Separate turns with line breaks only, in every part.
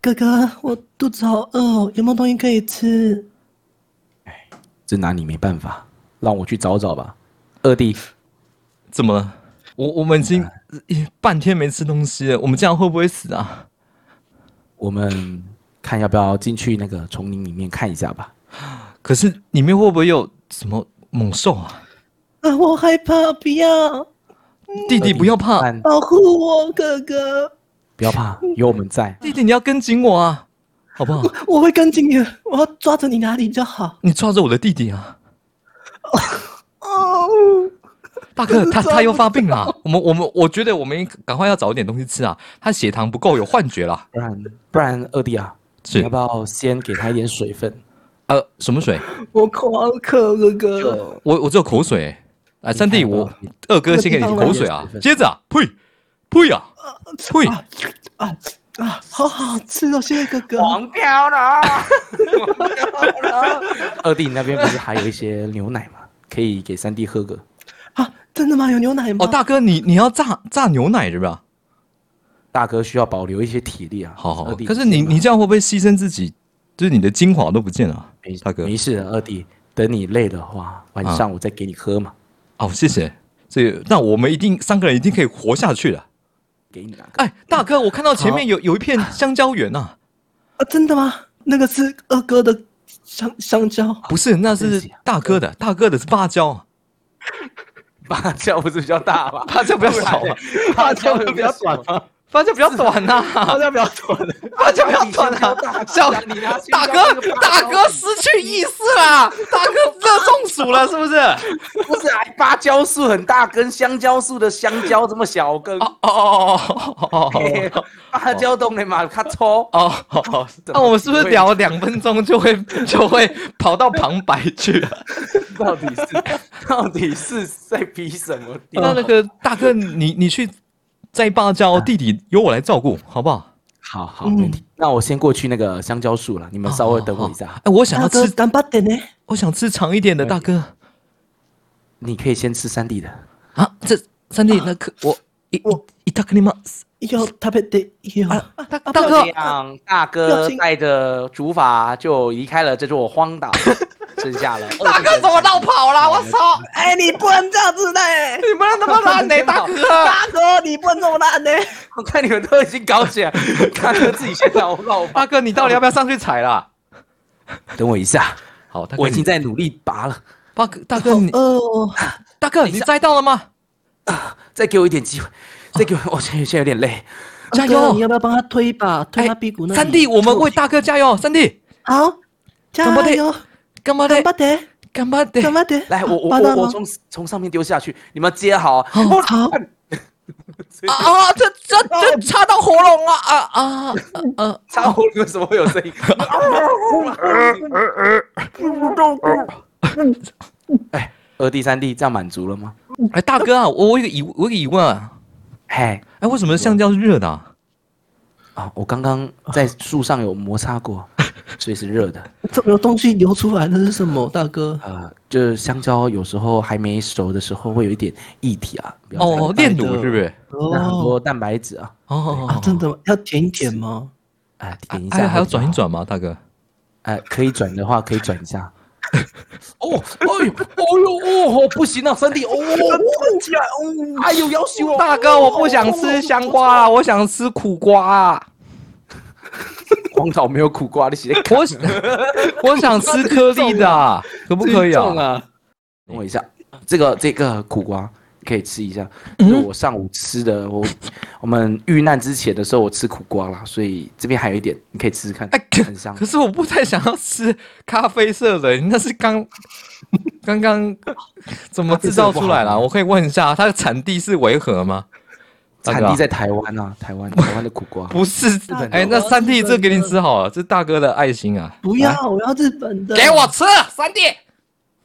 哥哥，我肚子好饿哦，有没有东西可以吃？
这拿你没办法，让我去找找吧。二弟，
怎么了？我我们已经一半天没吃东西了，我们这样会不会死啊？
我们看要不要进去那个丛林里面看一下吧。
可是里面会不会有什么猛兽啊？
啊，我害怕，不要
弟弟不要怕，
但
保护我，哥哥，
不要怕，有我们在。
弟弟你要跟紧我啊，好不好？
我会跟紧你的，我要抓着你哪里就好。
你抓着我的弟弟啊！
哦，
大哥，他
抓不
他又发病了。我们我们我觉得我们赶快要找一点东西吃啊，他血糖不够，有幻觉啦。
不然不然，二弟啊，
是
你要不要先给他一点水分？
呃，什么水？
我口好渴，哥哥。
我我只有口水欸。哎，三弟，
看吧
我二哥先给你
那地方
口水啊
有水，分
接着啊，呸呸啊，呸！
啊啊啊！好好吃哦，谢谢哥哥。
掉了， 二弟，你那边不是还有一些牛奶吗？可以给三弟喝个。
啊，真的吗？有牛奶吗？
哦，大哥，你你要榨榨牛奶是吧？
大哥需要保留一些体力啊。
好好，好
二弟
可是你你这样会不会牺牲自己？就是你的精华都不见了啊
没，
大哥
没。事的，二弟，等你累的话，晚
啊
上我再给你喝嘛。
哦，谢谢。这个那我们一定三个人一定可以活下去的。
给你拿个。
哎，大哥，我看到前面有有一片香蕉园啊，
啊，真的吗？那个是二哥的香香蕉。
不是，那
对
是
不起啊
大哥的，大哥的是芭蕉，
芭蕉不是比较大 吗？
芭蕉比较少啊，
芭蕉不是比较短 吗？
芭蕉比较短呐、
芭蕉比较短。
芭蕉比较短啊，小
你拿去
大
当
哥
那个芭
大
蕉
哥失去意识啦，大哥热中暑了是不是？
不是啊，芭蕉树很大根，香蕉树的香蕉这么小根，
哦哦哦哦
嘿芭蕉冻的嘛， 它粗。
哦哦哦，那我们是不是聊两分钟就会就会跑到旁白去了？
到底是到底是在比什么地
哦那那个大哥，你你去摘芭蕉，弟弟由我来照顾，好不好？
好好，没问题。那我先过去那个香蕉树了，你们稍微等我一
嗯好好
下
好。哎，我想
大
要
哥，
吃，
干巴点呢？
我想吃长一点的，大哥。
你可以先吃三弟的。
啊，哦这三弟那可我一
我
一大克你妈
要食べていいよ。
啊，大大哥
这样，大
表
哥
情
带着竹筏就离开了这座荒岛，剩下了二
大
弟
哥
的
怎么绕跑了？我操！
哎，你不能这样子的，
你们那么烂呢，大哥！
大哥，你不能这么烂呢。
我看你们都已经搞起来，大哥自己先绕绕吧。
大哥，你到底要不要上去踩啦？
等我一下，
好，大哥，
我已经
你
在努力拔了，
大哥，大哥你
哦，
大哥你啊摘到了吗？
啊再给我一点机会，再给我，我现在现在有点累。
加
大哥你
油！哎
要不要帮他推一把？推他屁股那里。
三弟，我们为大哥加油！三弟，
好，加
干巴爹
油，
干嘛
干
的
巴？点，
干嘛的？
干巴点。
来，我我
拔到
我我
吗
从从上面丢下去，你们接好啊。
好
哦
好，
啊啊！这这这插到喉咙了啊啊啊啊！
插喉为什么会有声音？哎，二弟三弟这样满足了吗？
哎，大哥啊，我我有个疑我有个疑问啊，
嘿，
哎，为什么香蕉是热的啊？
啊，我刚刚在树上有摩擦过，所以是热的。
怎么有东西流出来？那是什么，大哥？
呃，就是香蕉有时候还没熟的时候会有一点液体啊。不要
哦，
太
炼乳是不是？
어.
那很
哦，
多蛋白质啊，
哦哦，
啊
哦，
真的吗？要舔一舔吗？
哎，点一
还
下
啊还要
会比较
转一
好，
转吗，大哥？
哎，可以转的话可以转一下。哦，哎呦，哎呦，哦，不行啊，三弟，哦，
起来哦！
哎呦，要死我！
大哥，我不想吃香瓜啦，我想吃苦瓜啊！
荒岛没有苦瓜，你写
我想 我想吃颗粒的啊，可不可以啊？
啊？等我一下，这个这个苦瓜可以吃一下，因为我上午吃的，我我们遇难之前的时候我吃苦瓜啦，所以这边还有一点，你可以吃吃看
哎，，可
很香
可。是我不太想要吃咖啡色的，那是刚 刚刚怎么制造出
咖啡色
来
不好
啦？
吗
我可以问一下，它的产地是维和吗？大哥
产
啊
地在台湾啊，台湾台湾的苦瓜。
不是
本，的
哎，那
我要
三弟
日本
这给你
的
吃好了，这大哥的爱心啊，
不要，我要日本的。
给我吃，三弟，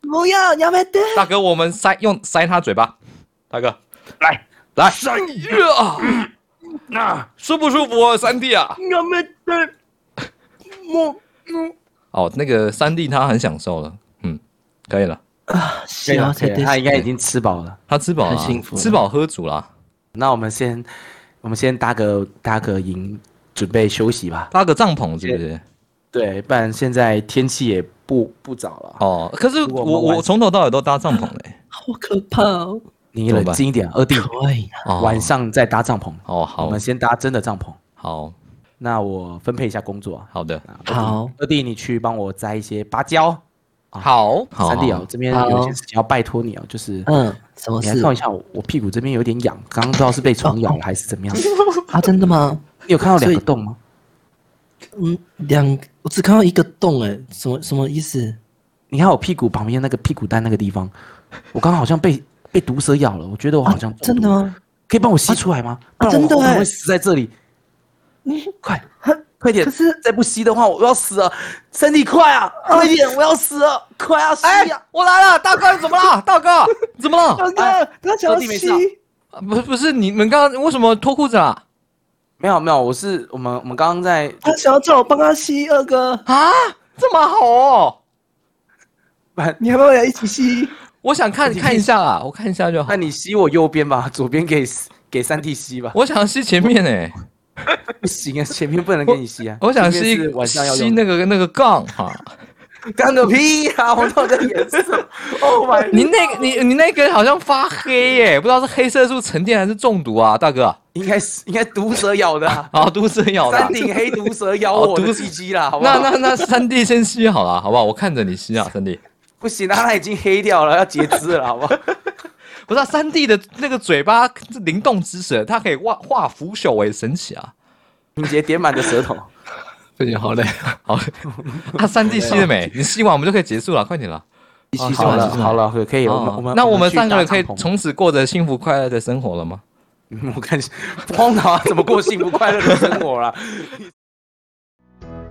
不要，要不要点？
大哥，我们塞用塞他嘴巴，大哥。
来
来，上热啊！
那
舒不舒服、啊，三弟啊？
要不要点？我
哦，那个三弟他很享受了，嗯，可以了，
啊，
可以
行
了，
啊，
可
对
以了
对，
他应该已经吃饱了。
他吃饱了啊、
很幸福
吃饱喝足了啊。
那我们先我们先搭个搭个营，准备休息吧。
搭个帐篷是不是？
对，不然现在天气也不不早了。
哦，可是
如果
我
我们
我
晚
我从头到尾都搭帐篷嘞、
好可怕哦！
你
怎么
冷
办
静一点，二弟，
可以啊，
哦，
晚上再搭帐篷。
哦，
我
好
们先搭真的帐篷。
好
那我分配一下工作啊。
好的，
啊
好，
二弟，你去帮我摘一些芭蕉。
好
啊
好
三弟
好
哦，这边
好
有一些事情要拜托你哦，就是
嗯，什么
你来
事
看一下我，我屁股这边有点痒，刚刚不知道是被虫咬了还是怎么样。
啊？真的吗？
你有看到两
所
个
以
洞吗？
嗯，两个我只看到一个洞，哎，什么什么意思？
你看我屁股旁边那个屁股蛋那个地方，我刚刚好像被被毒蛇咬了，我觉得我好像、
啊真的？吗？
可以帮我吸出来吗？
啊
不然
真
我
的
我可能
欸
会死在这里。快快点！
可是
再不吸的话，我要死了！三弟，快啊，快点！我要死了，快啊，吸
哎
啊！，
我来了，大哥，你怎 么了？大哥，你怎么了？
哎
哥，他想
要吸
啊不不是你们刚刚为什么脱裤子啊啦？
没有没有，我是我们我们刚刚 在
他想要叫我帮他吸，二哥，
啊，这么好哦，
你要不要来一起吸？
我想看看一下啊，我看一下就好
那。你吸我右边吧，左边给给三弟吸吧。
我想吸前面哎、
不行啊，前面不能给你吸 啊。
我想
前面
吸
是晚上要
吸
用的。
那个那个杠哈、
干个屁啊！我到底在演什么？Oh my！
你那个你你那个好像发黑耶、不知道是黑色素沉淀还是中毒啊，大哥。
应该是应该毒蛇咬的、啊，
啊，毒蛇咬的啊
山。顶黑毒蛇咬
哦
我
毒
的
蛇
鸡鸡啦，好不
那
好？
那那三弟先吸好了，好不好？我看着你吸啊，三弟。
不行啊，它已经黑掉了，要截肢了，好 不好？
不是、啊、三弟的那个嘴巴是灵动之舌，它可以化化腐朽为神奇啊！
敏捷点满的舌头，
最近好累，好累。 啊，三弟吸了没？你吸完我们就可以结束了，快点了。
好
出来
了
吸出来
好了，可以可以，我
哦
们我们
那我们
去
三个人
搭
可以
帐篷
从此过着幸福快乐的生活了吗？
嗯 我看荒唐啊，怎么过幸福快乐的生活啊啦？